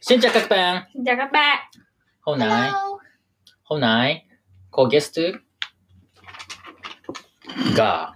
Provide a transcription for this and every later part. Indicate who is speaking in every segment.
Speaker 1: Xin chào các bạn,
Speaker 2: Xin chào các bạn.
Speaker 1: hôm nay hôm nay có guestが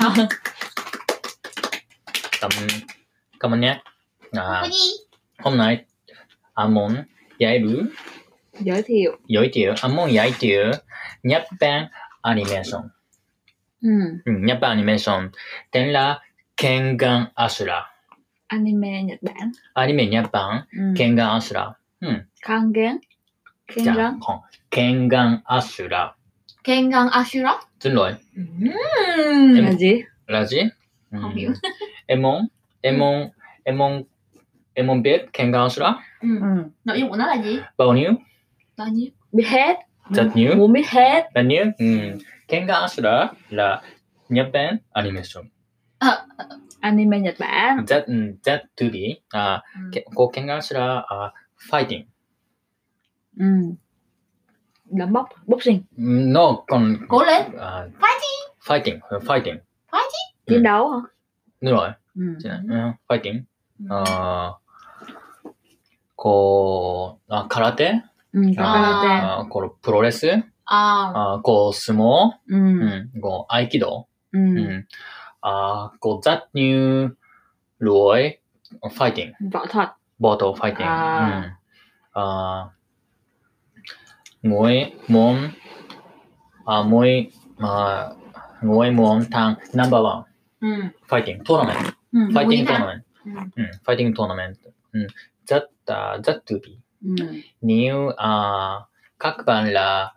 Speaker 1: cảm cảm ơn nhé. À, hôm nay à muốn giải rủ
Speaker 2: Giới thiệu.
Speaker 1: giới thiệu à muốn giải thiệu Nhật Bản animation.
Speaker 2: Ừ.
Speaker 1: Ừ, Nhật Bản animation tên là Kengan Asura.
Speaker 2: Anime Nhật Bản.
Speaker 1: Anime Nhật Bản
Speaker 2: Ừ.
Speaker 1: Kengan Asura.
Speaker 2: Khang gán. Kengan.
Speaker 1: không. Kengan Asura.
Speaker 2: Kengan
Speaker 3: À,
Speaker 2: Ashura.
Speaker 1: Xin lỗi.
Speaker 3: Ừ.
Speaker 2: Là gì?
Speaker 1: là gì? Ừ.
Speaker 2: Không hiểu.
Speaker 1: Em muốn em muốn em muốn em muốn biết Kengan Asura
Speaker 2: Ừ.
Speaker 3: nội dung của nó là gì
Speaker 1: bao nhiêu?
Speaker 3: bao nhiêu
Speaker 2: Biết hết.
Speaker 1: Thật nhiều.
Speaker 2: Muốn biết hết.
Speaker 1: Bao nhiêu? Ừ. Kengan Asura là Nhật Bản animation.
Speaker 2: Anime Nhật Bản.
Speaker 1: That that to be à
Speaker 3: ừ.
Speaker 1: Ke- cô Kengan Asura à, fighting.
Speaker 2: Ừ. Đấm bóc. Boxing.
Speaker 1: No còn
Speaker 3: cố lên
Speaker 1: à, fighting fighting fighting Ừ.
Speaker 2: Chiến đấu hả?
Speaker 1: đúng rồi
Speaker 2: Ừ.
Speaker 1: chứ ừ, fighting à, cô à, karate
Speaker 2: Ừ. Có karate.
Speaker 1: à, cô proレス
Speaker 3: Ờ,
Speaker 1: 아, 고 스모,
Speaker 2: Ừ.
Speaker 1: 음, 고 아이키도,
Speaker 2: Ừ.
Speaker 1: 음, 아, 고 잣뉴 루어의 파이팅,
Speaker 2: Võ thuật.
Speaker 1: 버터 파이팅,
Speaker 2: 아.
Speaker 1: 음, 아, 모의 몸, 아, 모의, 아, 모의 몸탕 넘버원
Speaker 3: ừ.
Speaker 1: 파이팅 토너먼트,
Speaker 2: Ừ.
Speaker 1: 파이팅
Speaker 3: 모의탕.
Speaker 1: 토너먼트,
Speaker 3: 음.
Speaker 1: 음, 파이팅 토너먼트, 음, 잣, 아, 잣두비,
Speaker 2: Ừ.
Speaker 1: 니우, 아, 각반라,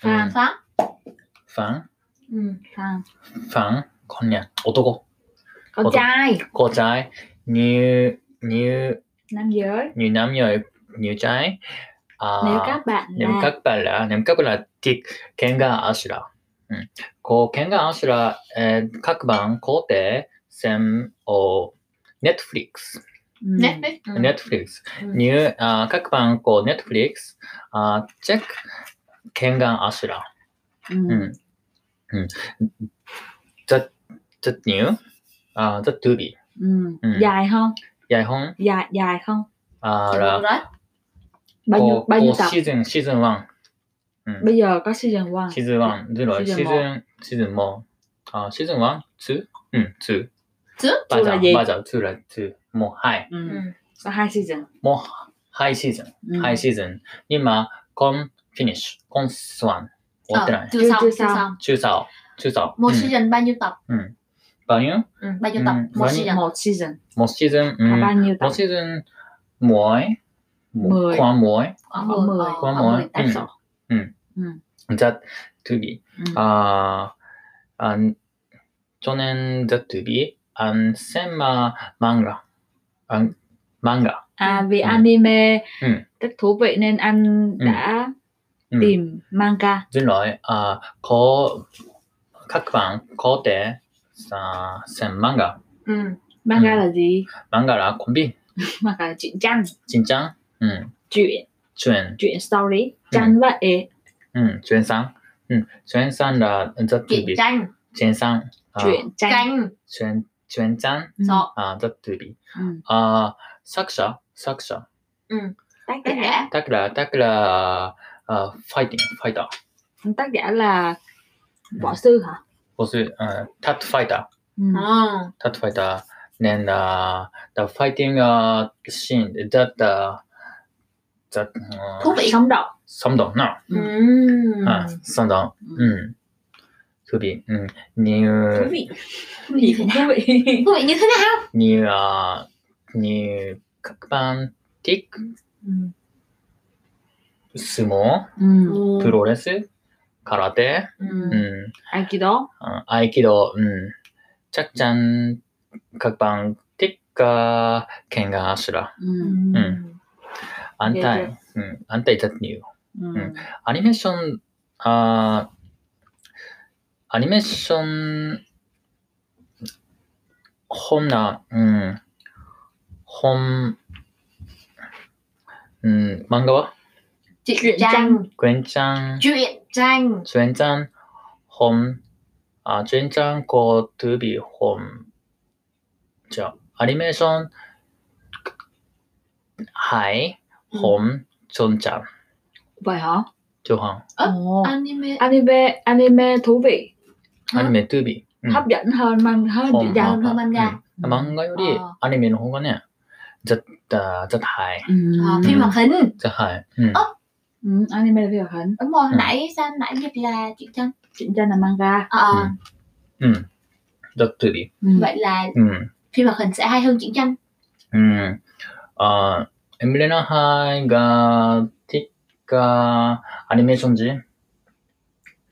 Speaker 2: Fan.
Speaker 1: 음,
Speaker 3: phá
Speaker 1: 팡,
Speaker 3: ừ.
Speaker 2: Khang.
Speaker 1: 팡, 건냥, 오토고.
Speaker 2: Con
Speaker 1: Võ thuật.
Speaker 2: trai.
Speaker 1: cô trai như như
Speaker 2: Nam giới.
Speaker 1: như nam giới như trái à,
Speaker 2: Nếu các bạn
Speaker 1: nếu
Speaker 2: là
Speaker 1: các bạn là nếu các bạn là thích kenga asura ừ. cô kenga asura eh, các bạn có thể xem ở Netflix
Speaker 2: Ừ.
Speaker 3: Netflix ừ.
Speaker 1: Netflix
Speaker 3: Ừ.
Speaker 1: như à, các bạn có Netflix à, check kenga asura
Speaker 2: Ừ.
Speaker 1: Ừ. rất rất nhiều à, rất thú vị
Speaker 2: Ừ.
Speaker 1: Ừ.
Speaker 2: Dài không?
Speaker 1: dài không
Speaker 2: Dài dài không?
Speaker 1: à, là
Speaker 3: Rồi.
Speaker 2: Bao nhiêu
Speaker 1: cô,
Speaker 2: bao nhiêu
Speaker 1: cô
Speaker 2: tập?
Speaker 1: season season 1
Speaker 2: Bây giờ có season 1
Speaker 1: シーズン1、ゼロ、シ
Speaker 2: シ
Speaker 1: ー
Speaker 2: ー
Speaker 1: ズ
Speaker 2: ズン
Speaker 1: ン、シーズンも、あ、シーズン 1? 2? うん、2。
Speaker 3: 2?
Speaker 1: バジャ
Speaker 2: 2だね
Speaker 1: ー、バジャー、2だ、2。もう、はい。
Speaker 3: ừ.
Speaker 2: Có 2 season
Speaker 1: もう、ハイシーズン、
Speaker 2: ừ.
Speaker 1: ハイシーズン。今、コン、フィニッシュ、コンスワン。終わ
Speaker 3: Ờ,
Speaker 1: ってない。
Speaker 3: chưa
Speaker 2: Chưa-
Speaker 3: xong
Speaker 2: chưa
Speaker 3: chưa
Speaker 2: xong.
Speaker 3: xong
Speaker 1: 中佐を、中佐を。う
Speaker 3: một
Speaker 1: ん
Speaker 3: season bao nhiêu tập
Speaker 1: 嗯バニュー
Speaker 3: ừ. bao nhiêu
Speaker 1: Ừ,
Speaker 3: tập một
Speaker 1: bao nhiêu-
Speaker 3: season
Speaker 2: Một season
Speaker 1: もうシーズン、う
Speaker 2: Có
Speaker 1: ん。
Speaker 2: bao nhiêu
Speaker 1: も
Speaker 2: tập
Speaker 1: うシーズン、もういもう、
Speaker 2: もうい
Speaker 1: コアもうい
Speaker 3: Ờ,
Speaker 2: Có 10
Speaker 3: ờ,
Speaker 1: Có
Speaker 3: ờ,
Speaker 1: mười.
Speaker 2: 8
Speaker 1: Ừ.
Speaker 2: số
Speaker 1: Ừ.
Speaker 2: ừ.
Speaker 1: ザ・トゥビー
Speaker 2: Ừ. 。
Speaker 1: あー、あん、去啊年、ザ・トゥビー、あん、センマ、漫画。あん、漫画。
Speaker 2: À vì
Speaker 1: Ừ.
Speaker 2: anime
Speaker 1: Ừ.
Speaker 2: rất thú vị nên anh
Speaker 1: Ừ.
Speaker 2: đã
Speaker 1: うん。
Speaker 2: tìm manga
Speaker 1: Xin lỗi, à, có các bạn có thể à, xem manga.
Speaker 3: ừ.
Speaker 2: Manga
Speaker 1: Ừ.
Speaker 2: là gì?
Speaker 1: Manga là cuốn bi,
Speaker 2: Manga là truyện tranh
Speaker 1: chính chắn, ừ,
Speaker 2: Truyện,
Speaker 1: chuyện,
Speaker 2: truyện story Tranh và ế
Speaker 1: ừ, chuyện sáng. Ừ, chuyện sáng là rất thú
Speaker 3: truyện
Speaker 1: vị.
Speaker 3: tranh
Speaker 1: Chuyện sáng, à,
Speaker 2: Truyện tranh
Speaker 3: tranh
Speaker 1: chuyện, chuyện sáng,
Speaker 2: Ừ.
Speaker 3: Sọ.
Speaker 1: à, rất thú vị.
Speaker 2: Ừ.
Speaker 1: À, tác giả, tác giả,
Speaker 2: Tác
Speaker 3: tất
Speaker 2: giả
Speaker 3: cả
Speaker 1: tác giả, tác giả, à, fighting, fighter,
Speaker 2: Tác giả là võ sư hả?
Speaker 1: có sự, à, tat fighter,
Speaker 2: Ừ.
Speaker 3: Ờ,
Speaker 1: tat fighter, nên là the fighting uh, scene that uh, that uh,
Speaker 3: thú vị
Speaker 2: Sống động
Speaker 1: sống động nào
Speaker 2: Ừ.
Speaker 3: Ừm.
Speaker 1: à, sống động
Speaker 2: ừ.
Speaker 1: ừ. thú vị ừ. như
Speaker 3: thú vị thú vị
Speaker 2: Gì
Speaker 3: như thế
Speaker 2: cũng
Speaker 3: nào
Speaker 2: thú vị
Speaker 3: thú vị như thế nào
Speaker 1: như à, như các bạn thích
Speaker 2: Ừ.
Speaker 1: sumo,
Speaker 2: Ừ.
Speaker 3: ừ.
Speaker 1: pro-res, karate,
Speaker 2: Ừ.
Speaker 1: ừ.
Speaker 2: Aikido
Speaker 1: à, aikido, ừ. chắc chắn các bạn thích uh, kenga asura,
Speaker 2: ừ.
Speaker 1: Ừ. an
Speaker 2: Dạ,
Speaker 1: tay,
Speaker 2: dạ.
Speaker 1: ừ. an tay rất nhiều.
Speaker 2: Ừ.
Speaker 1: 애니메이션 아 애니메이션 혼나 음홈음 망가와
Speaker 3: truyện
Speaker 2: Truyện
Speaker 3: tranh
Speaker 1: 괜찮
Speaker 2: tranh.
Speaker 3: truyện tranh
Speaker 1: 괜찮 홈아 괜찮 고 두비 홈자 애니메이션 Hải Hổm Chôn Chẳng
Speaker 2: vậy hả
Speaker 1: Johan
Speaker 3: Ớ,
Speaker 2: Ồ.
Speaker 3: anime
Speaker 2: anime anime thú vị
Speaker 1: 아니면 뚜비 음.
Speaker 2: hấp dẫn hơn mang hơn
Speaker 1: Hổm
Speaker 2: chị
Speaker 3: dạ,
Speaker 2: Giang.
Speaker 1: 어,
Speaker 3: hơn manga.
Speaker 1: 음. 망가 요리
Speaker 3: 어.
Speaker 1: 아니면 혹은 어, rất ờ, rất hay
Speaker 3: Ờ,
Speaker 2: Ừ.
Speaker 3: phim hoạt hình
Speaker 1: rất hay ừ.
Speaker 3: Ơ.
Speaker 2: ừ, anime là phim hoạt hình
Speaker 3: đúng rồi
Speaker 1: Ừ.
Speaker 3: nãy sao nãy dịch là chuyện tranh
Speaker 2: truyện tranh là manga
Speaker 3: Ờ,
Speaker 1: Ừ. ừ. rất 뚜비
Speaker 2: ừ.
Speaker 3: vậy là
Speaker 1: ừ.
Speaker 3: phim hoạt hình sẽ hay hơn chuyện tranh
Speaker 1: 음, 아, 엠블레나 하이가 티가 애니메이션지.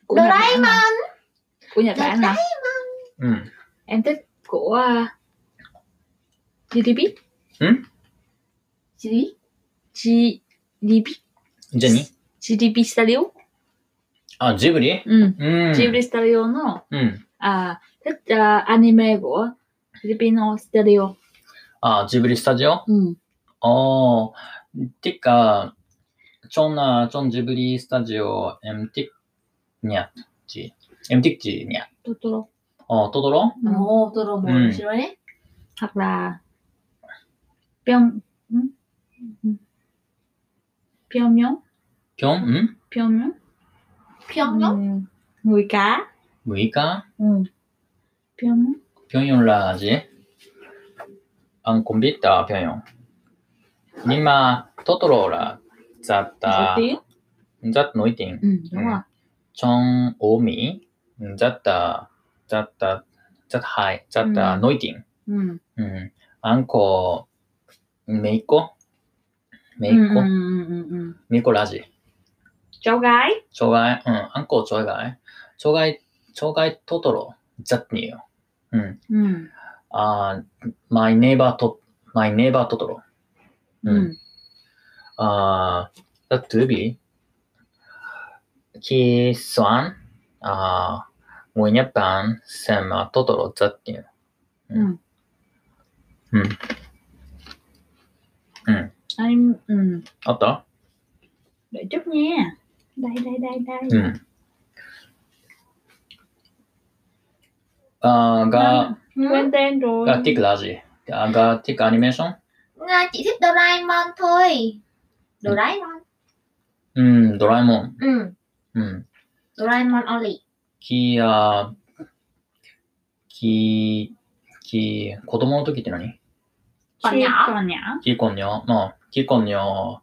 Speaker 2: của
Speaker 3: Đồ
Speaker 2: Nhật Bản hả? của Nhật
Speaker 3: Đồ
Speaker 2: Bản hả
Speaker 1: 음,
Speaker 2: em thích của uh, GDP
Speaker 1: Ừ?
Speaker 2: GDP GDP
Speaker 1: 이제니?
Speaker 2: GDP Studio
Speaker 1: 아, 지브리?
Speaker 2: ừ.
Speaker 1: 음,
Speaker 2: GDP Studio nó
Speaker 1: 음,
Speaker 2: à, thích uh, anime của Filipino Studio
Speaker 1: 아, 지브리 스타죠?
Speaker 2: ừ.
Speaker 1: 어, 티가 존나 존 지브리 스타지오 엠틱냐 지 엠틱지냐
Speaker 2: Totoro
Speaker 1: 어 또더러
Speaker 2: Ừ.
Speaker 3: ồ tôi
Speaker 1: Ừ.
Speaker 3: rồi buồn rồi đấy
Speaker 2: hoặc là Pyong ừ? Pyongyang
Speaker 1: 병 음?
Speaker 2: Pyongyang
Speaker 3: Pyong nhóc
Speaker 2: Ừ, người cá
Speaker 1: 뭐이까
Speaker 2: ừ. Pyongyang
Speaker 1: 병용라지 안 콤비타 병용 니마 토토로라
Speaker 2: nổi
Speaker 1: 자타
Speaker 2: tiếng
Speaker 1: rất nổi tiếng
Speaker 2: ừ,
Speaker 1: Ừ.
Speaker 2: đúng rồi
Speaker 1: trong ô Mỹ rất là rất là rất hay rất là
Speaker 2: Ừ.
Speaker 1: nổi tiếng
Speaker 2: ừ.
Speaker 1: ừ. anh có Mỹ cô Mỹ
Speaker 2: Ừ,
Speaker 1: cô
Speaker 2: ừ, ừ, ừ, ừ.
Speaker 1: Mỹ cô là gì
Speaker 2: cháu gái
Speaker 1: cho gái ừ. anh có cho gái cho gái cho gái Totoro rất nhiều ừ.
Speaker 2: ừ.
Speaker 1: à, my neighbor to my neighbor Totoro
Speaker 2: Ừ.
Speaker 1: Ừ. à, rất thú vị khi soạn à, người Nhật Bản xem à, Totoro rất nhiều
Speaker 2: Ừ.
Speaker 1: Ừ. Ừ.
Speaker 2: Anh, ừ.
Speaker 1: à, đó
Speaker 2: Đợi chút nha. Đây, đây, đây, đây.
Speaker 1: ừ. à, ga
Speaker 3: Ừ.
Speaker 2: Quên tên rồi.
Speaker 1: ga thích là gì à, ga thích animation
Speaker 3: à, chị thích Doraemon thôi Doraemon
Speaker 1: ừ, Doraemon
Speaker 3: ừ
Speaker 1: ừ.
Speaker 3: Doraemon only
Speaker 1: き、あ、き、き、子供の時って何
Speaker 3: còn
Speaker 2: Chị
Speaker 3: nhỏ.
Speaker 2: Còn nhỏ. À,
Speaker 1: きこんにょ、まあ、きこんにょ、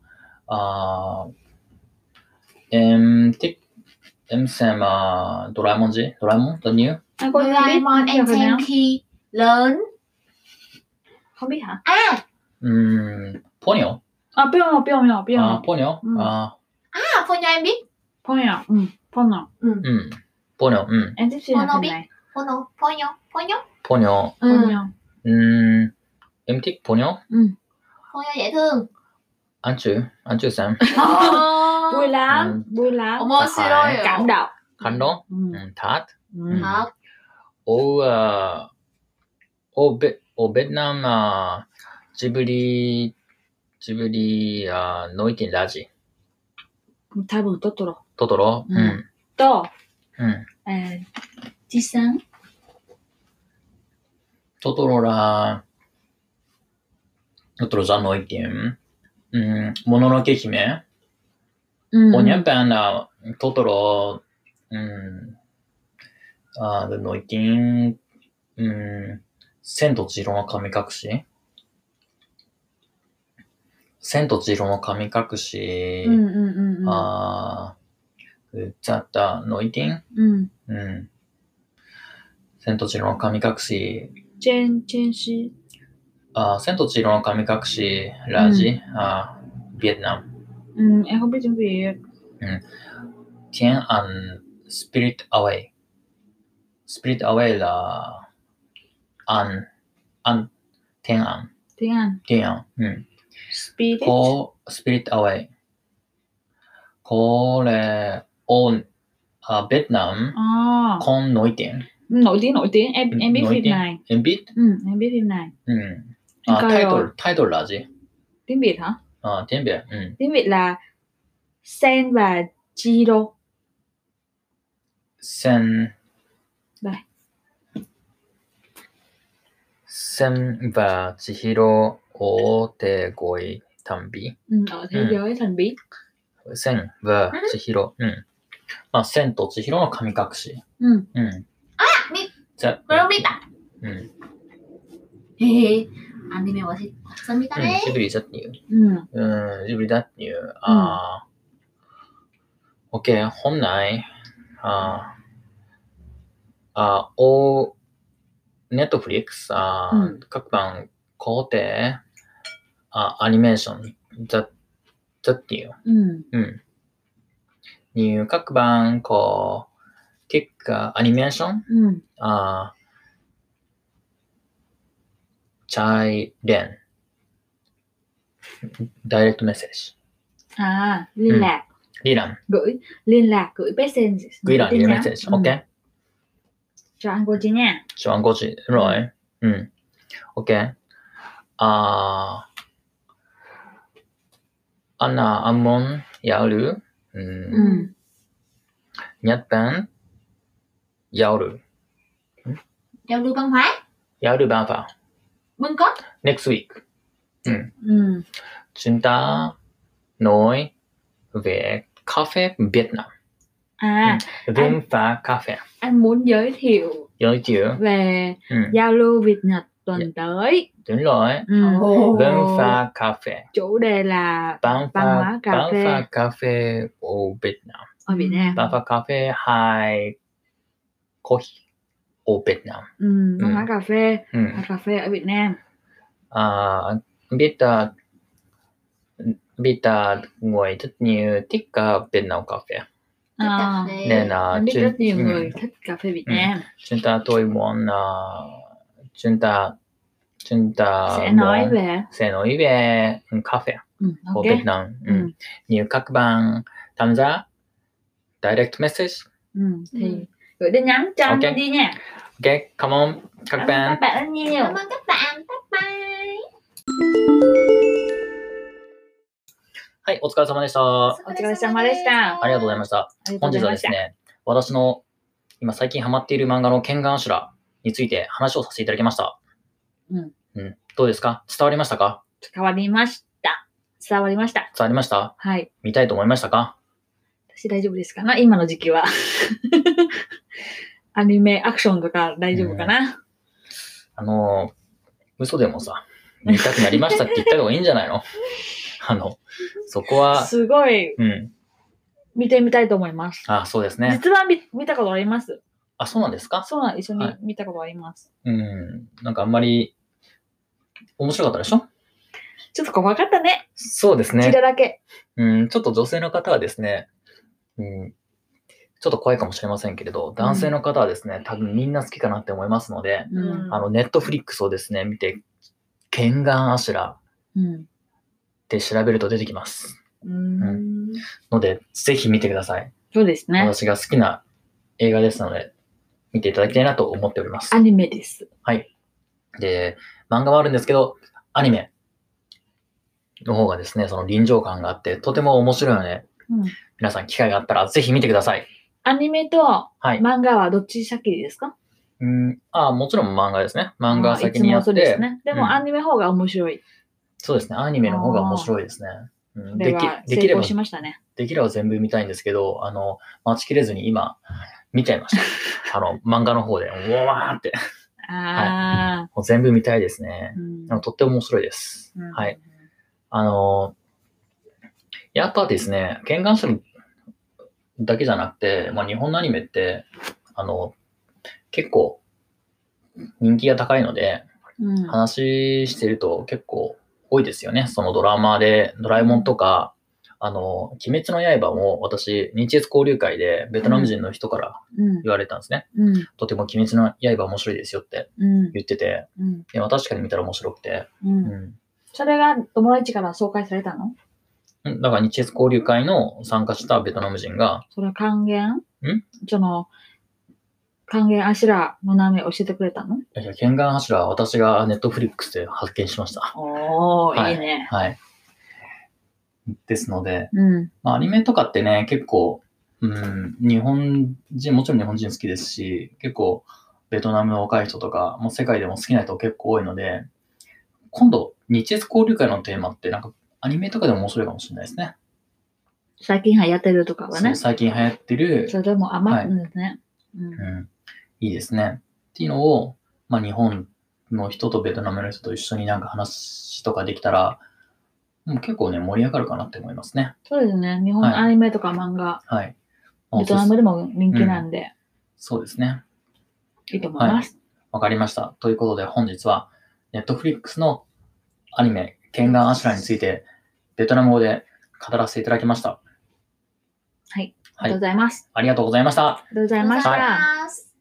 Speaker 1: あ、えん、て、えんせん、まあ、ドラえもんじドラえもんどんにゅう
Speaker 2: À, cô chưa biết
Speaker 3: Doraemon
Speaker 2: giờ
Speaker 3: em
Speaker 2: phần
Speaker 3: xem
Speaker 2: nào.
Speaker 3: khi lớn
Speaker 2: Không biết hả?
Speaker 3: à
Speaker 1: うーん、ポニョ
Speaker 2: À, biết không? Biết không? Biết
Speaker 1: あ
Speaker 2: không?、
Speaker 1: ポニョ
Speaker 2: うん
Speaker 1: あ、
Speaker 3: à Phone cho em biết
Speaker 2: Phong nhỏ. Ừ. Phong nhỏ. Ừ.
Speaker 1: うん、ポニョ、うん、
Speaker 2: Em thích xuyên
Speaker 3: Phong
Speaker 2: phần
Speaker 3: biết.
Speaker 2: này.
Speaker 3: Phone nhóc Phone nhóc Phone nhóc
Speaker 1: ポニョ、
Speaker 2: Phong
Speaker 3: ừ
Speaker 2: nhỏ.
Speaker 1: うーん、えんてき、ポニョ
Speaker 3: Phone nhóc dễ thương Ờ.
Speaker 1: アンチュアンチュさん Ừ.
Speaker 2: Vui lắm. Vui lắm.
Speaker 3: Ồ, mơ xì đôi à?
Speaker 2: Cảm động.
Speaker 1: 感動
Speaker 2: Ừ.
Speaker 1: うん、た
Speaker 2: Ừ.
Speaker 3: Thật.
Speaker 1: おうあおべ、おベトナムあジブリ、ジブリあノイティンラジ、
Speaker 2: Ừ. Thay bằng tốt rồi.
Speaker 1: トトロ、
Speaker 2: うん
Speaker 1: うん、
Speaker 2: Tô.
Speaker 1: うん、
Speaker 2: À, Chi sáng.
Speaker 1: トトロラ、トトロザノイティン、うん、もののけ姫、
Speaker 2: Ừ.
Speaker 1: おにゃんぱんな、トトロ、うん、あノイティン、うん、千と千尋の神隠し、千と千尋の神隠し、
Speaker 2: Ừ, ừ, ừ, ừ.
Speaker 1: Ờ. ああ、うっちゃった、ノイティン
Speaker 2: Ừ.
Speaker 1: うん。千と千尋の神隠し、
Speaker 2: Trên, trên si.
Speaker 1: あー千と千尋の神隠し、ラジ、あービエトナム。
Speaker 2: Ừ, em không biết tiếng Việt.
Speaker 1: 天安、スピリットアウェイ。スピリットアウェイラ、アン、アン、天安、
Speaker 2: tiếng Anh
Speaker 1: 天安。うん。
Speaker 2: spirit
Speaker 1: こう、スピリットアウェイ。これ、を、あ、ベトナム、
Speaker 2: à,
Speaker 1: コンノイティン。
Speaker 2: nổi tiếng nổi tiếng em em biết
Speaker 1: Ừ, Nổi
Speaker 2: phim
Speaker 1: tiếng.
Speaker 2: này
Speaker 1: エンビット
Speaker 2: ừ, em biết phim này
Speaker 1: うん。
Speaker 2: Em
Speaker 1: あ、
Speaker 2: coi
Speaker 1: タイト
Speaker 2: rồi
Speaker 1: ル、タイトルラジ。
Speaker 2: tiếng Việt hả
Speaker 1: あ、天秤。うん。
Speaker 2: tiếng Việt là Sen và Chiro
Speaker 1: 千。
Speaker 2: Đây.
Speaker 1: 千は千尋大手恋 thần bí
Speaker 2: ừ, ở thế
Speaker 1: Ừ.
Speaker 2: giới thần bí
Speaker 1: 千 và 千尋うんまあ千と千尋の神隠し
Speaker 2: ừ.
Speaker 1: うん
Speaker 3: み
Speaker 1: ざ
Speaker 3: 그럼이다.
Speaker 1: うん
Speaker 3: 헤헤. 아님의 워시 감사합니다.
Speaker 1: うん
Speaker 3: 네.
Speaker 1: ジブリだっていう
Speaker 2: Ừ.
Speaker 1: うん、ジブリだっていう。ああ。OK、本来、ああ、あーお、ネットフリックス、ああ、
Speaker 2: うん
Speaker 1: 各版工程、あアニメーション、だ、だっていう。
Speaker 2: Ừ.
Speaker 1: うん。に、各版、こう、結果、アニメーション、
Speaker 2: Ừ.
Speaker 1: 아, 자이렌 다이렉트 메시지
Speaker 2: à liên
Speaker 1: Ừ.
Speaker 2: lạc
Speaker 1: 리람
Speaker 2: gửi liên lạc gửi message
Speaker 1: 리람
Speaker 2: tin
Speaker 1: 이
Speaker 2: nhắn.
Speaker 1: 메시지
Speaker 2: Ừ.
Speaker 1: 오케이
Speaker 2: cho anh cô chị nha
Speaker 1: 좋은 거지 rồi 음 오케이 아 안나 안몬 야루 음
Speaker 2: Ừ.
Speaker 1: 냐딴 야루
Speaker 3: Giao lưu văn hóa.
Speaker 1: 야루 반파
Speaker 3: Bưng cốc.
Speaker 1: next week
Speaker 2: ừ.
Speaker 1: chúng ta nói về cà phê Việt Nam
Speaker 2: à
Speaker 1: Ừ. Vim và cà phê
Speaker 2: anh muốn giới thiệu
Speaker 1: giới thiệu
Speaker 2: về
Speaker 1: ừ,
Speaker 2: giao lưu Việt Nhật tuần
Speaker 1: Dạ.
Speaker 2: tới
Speaker 1: đúng rồi
Speaker 2: ừ.
Speaker 3: Ồ.
Speaker 1: Vim và cà phê
Speaker 2: chủ đề là
Speaker 1: bán
Speaker 2: Văn
Speaker 1: pha
Speaker 2: hóa cà
Speaker 1: bán
Speaker 2: phê. À.
Speaker 1: pha cà phê ở Việt Nam
Speaker 2: ở Việt Nam
Speaker 1: bán pha cà phê hay coffee ở Việt Nam
Speaker 2: ừ. văn
Speaker 1: Ừ.
Speaker 2: hóa cà phê
Speaker 1: ừ.
Speaker 2: và cà phê ở Việt Nam
Speaker 1: à, biết à, biết à, người thích nhiều thích cà Việt Nam cà phê
Speaker 3: Thích cà
Speaker 2: Ờ,
Speaker 3: phê.
Speaker 1: nên là
Speaker 2: anh biết
Speaker 1: chúng-
Speaker 2: rất nhiều
Speaker 1: ừ,
Speaker 2: người thích cà phê Việt
Speaker 1: Ừ.
Speaker 2: Nam
Speaker 1: chúng ta tôi muốn à, chúng ta chúng ta
Speaker 2: sẽ
Speaker 1: muốn
Speaker 2: nói về
Speaker 1: sẽ nói về cà phê
Speaker 2: ừ,
Speaker 1: của
Speaker 2: ok
Speaker 1: Việt Nam. Ừ.
Speaker 2: Ừ.
Speaker 1: Nhiều các bạn tham gia direct message.
Speaker 2: ừ. thì
Speaker 3: Ừ.
Speaker 2: gửi tin nhắn cho anh
Speaker 1: Ok.
Speaker 2: đi nha
Speaker 1: Ok, come on các
Speaker 2: Cảm ơn
Speaker 1: bạn.
Speaker 2: các bạn rất nhiều
Speaker 3: Cảm ơn các bạn. Bye bye.
Speaker 1: はい、お疲れ様でした。
Speaker 2: お疲れ様でした
Speaker 1: ありがとうございました。
Speaker 2: ありがと
Speaker 1: 本
Speaker 2: うご
Speaker 1: 日
Speaker 2: ざい
Speaker 1: は
Speaker 2: ま
Speaker 1: で
Speaker 2: し
Speaker 1: す
Speaker 2: た
Speaker 1: ね、私の今最近ハマっている漫画のケンガンシュラについて話をさせていただきました。
Speaker 2: うん。
Speaker 1: うん、どうですか伝わりましたか
Speaker 2: 伝わりました伝わりました
Speaker 1: 伝わりました
Speaker 2: はい
Speaker 1: 見たいと思いましたか
Speaker 2: 私大丈夫ですかな今の時期 はアニメアクションとか大丈夫 かな、
Speaker 1: あの、嘘でもさ、見たくなりましたって言った方がいいんじゃないのあの、そこは、
Speaker 2: すごい
Speaker 1: うん。
Speaker 2: 見てみたいと思います
Speaker 1: あ、そうですね。
Speaker 2: 実は見見たことあります
Speaker 1: あ、そうなんですか
Speaker 2: そうなん一緒
Speaker 1: は
Speaker 2: に
Speaker 1: い
Speaker 2: 見たことあります、
Speaker 1: うん。なんかあんまり、面白かったでしょ
Speaker 2: ちょっと怖かったね
Speaker 1: そうです
Speaker 2: 血
Speaker 1: ね。
Speaker 2: だらけ
Speaker 1: うん、ちょっと女性の方はですね、うん、ちょっと怖いかもしれませんけれど、男性の方はですね、多分みんな好きかなって思いますので、
Speaker 2: う
Speaker 3: うん
Speaker 2: ん
Speaker 1: あの、ネットフリックスをですね、見て、ケンガンアシュラっ
Speaker 2: うん
Speaker 1: て調べると出てきます。
Speaker 2: うん
Speaker 1: ので、ぜひ見てください。
Speaker 2: そうですね
Speaker 1: 私が好きな映画ですので、見ていただきたいなと思っております
Speaker 2: ア。ニメです
Speaker 1: で、漫画もあるんですけど、アニメの方がですね、その臨場感があって、とても面白いので、
Speaker 2: うん
Speaker 1: 皆さん機会があったらぜひ見てください。
Speaker 2: アニメと
Speaker 1: はい。
Speaker 2: 漫画はどっち先ですか
Speaker 1: うん、あもちろん漫画ですね。漫画は先にやって、
Speaker 2: あいつもそうですね。で
Speaker 1: うん
Speaker 2: もアニメ方が面白い。
Speaker 1: そうですね、アニメの方が面白いですね。うん、
Speaker 2: で
Speaker 1: で
Speaker 2: は
Speaker 1: きで
Speaker 2: 成
Speaker 1: きれば
Speaker 2: 功しましたね。
Speaker 1: できれば全部見たいんですけど、あの、待ちきれずに今、見ちゃいま した。あの、漫画の方で、うわーって、
Speaker 2: ああ、
Speaker 1: もう全部見たいですね。
Speaker 2: うん
Speaker 1: でもとっても面白いです。はい。。あの、やっぱですね、ケンガンショルだけじゃなくて、まあ、日本のアニメって、あの、結構人気が高いので、
Speaker 2: うん
Speaker 1: 話してると結構多いですよね。そのドラマで、ドラえもんとか、あの、鬼滅の刃も私、日越交流会でベトナム人の人から
Speaker 2: うん
Speaker 1: 言われたんですね。
Speaker 2: うん
Speaker 1: とても鬼滅の刃面白いですよって
Speaker 2: うん
Speaker 1: 言ってて、
Speaker 2: うん
Speaker 1: でも確かに見たら面白くて、う
Speaker 2: う
Speaker 1: ん
Speaker 2: ん。それが友達から紹介されたの
Speaker 1: うんだから日越交流会の参加したベトナム人が、
Speaker 2: それは還元その、還元あしらの名前教えてくれたの
Speaker 1: いやいや、ケンガン柱は私がネットフリックスで発見しました。
Speaker 2: お
Speaker 1: は
Speaker 2: ー、
Speaker 1: い
Speaker 2: いいね。
Speaker 1: はい。ですので、
Speaker 2: うん。
Speaker 1: まあ、アニメとかってね、結構、うん、日本人、もちろん日本人好きですし、結構、ベトナムの若い人とか、もう世界でも好きな人結構多いので、今度、日越交流会のテーマって、なんか、アニメとかでも面白いかもしれないですね。
Speaker 2: 最近流行ってるとかは
Speaker 1: そ
Speaker 2: ね
Speaker 1: う。最近流行ってる、
Speaker 2: それでも余るんですね。うん
Speaker 1: うん、いいですね。っていうのを、まあ、日本の人とベトナムの人と一緒になんか話とかできたら、もう結構ね、盛り上がるかなって思いますね。
Speaker 2: そうですね。日本のアニメとか漫画、
Speaker 1: はい。まあ
Speaker 2: ベトナムでも人気なんで、
Speaker 1: そうですね。
Speaker 2: いいと思います。
Speaker 1: わかりました。ということで本日は、ネットフリックスのアニメ、ケンガンアシュラについて、ベトナム語で語らせていただきました。
Speaker 2: ありがとうございます。
Speaker 1: ありがとうございました。
Speaker 2: ありがとうございました。
Speaker 3: ます。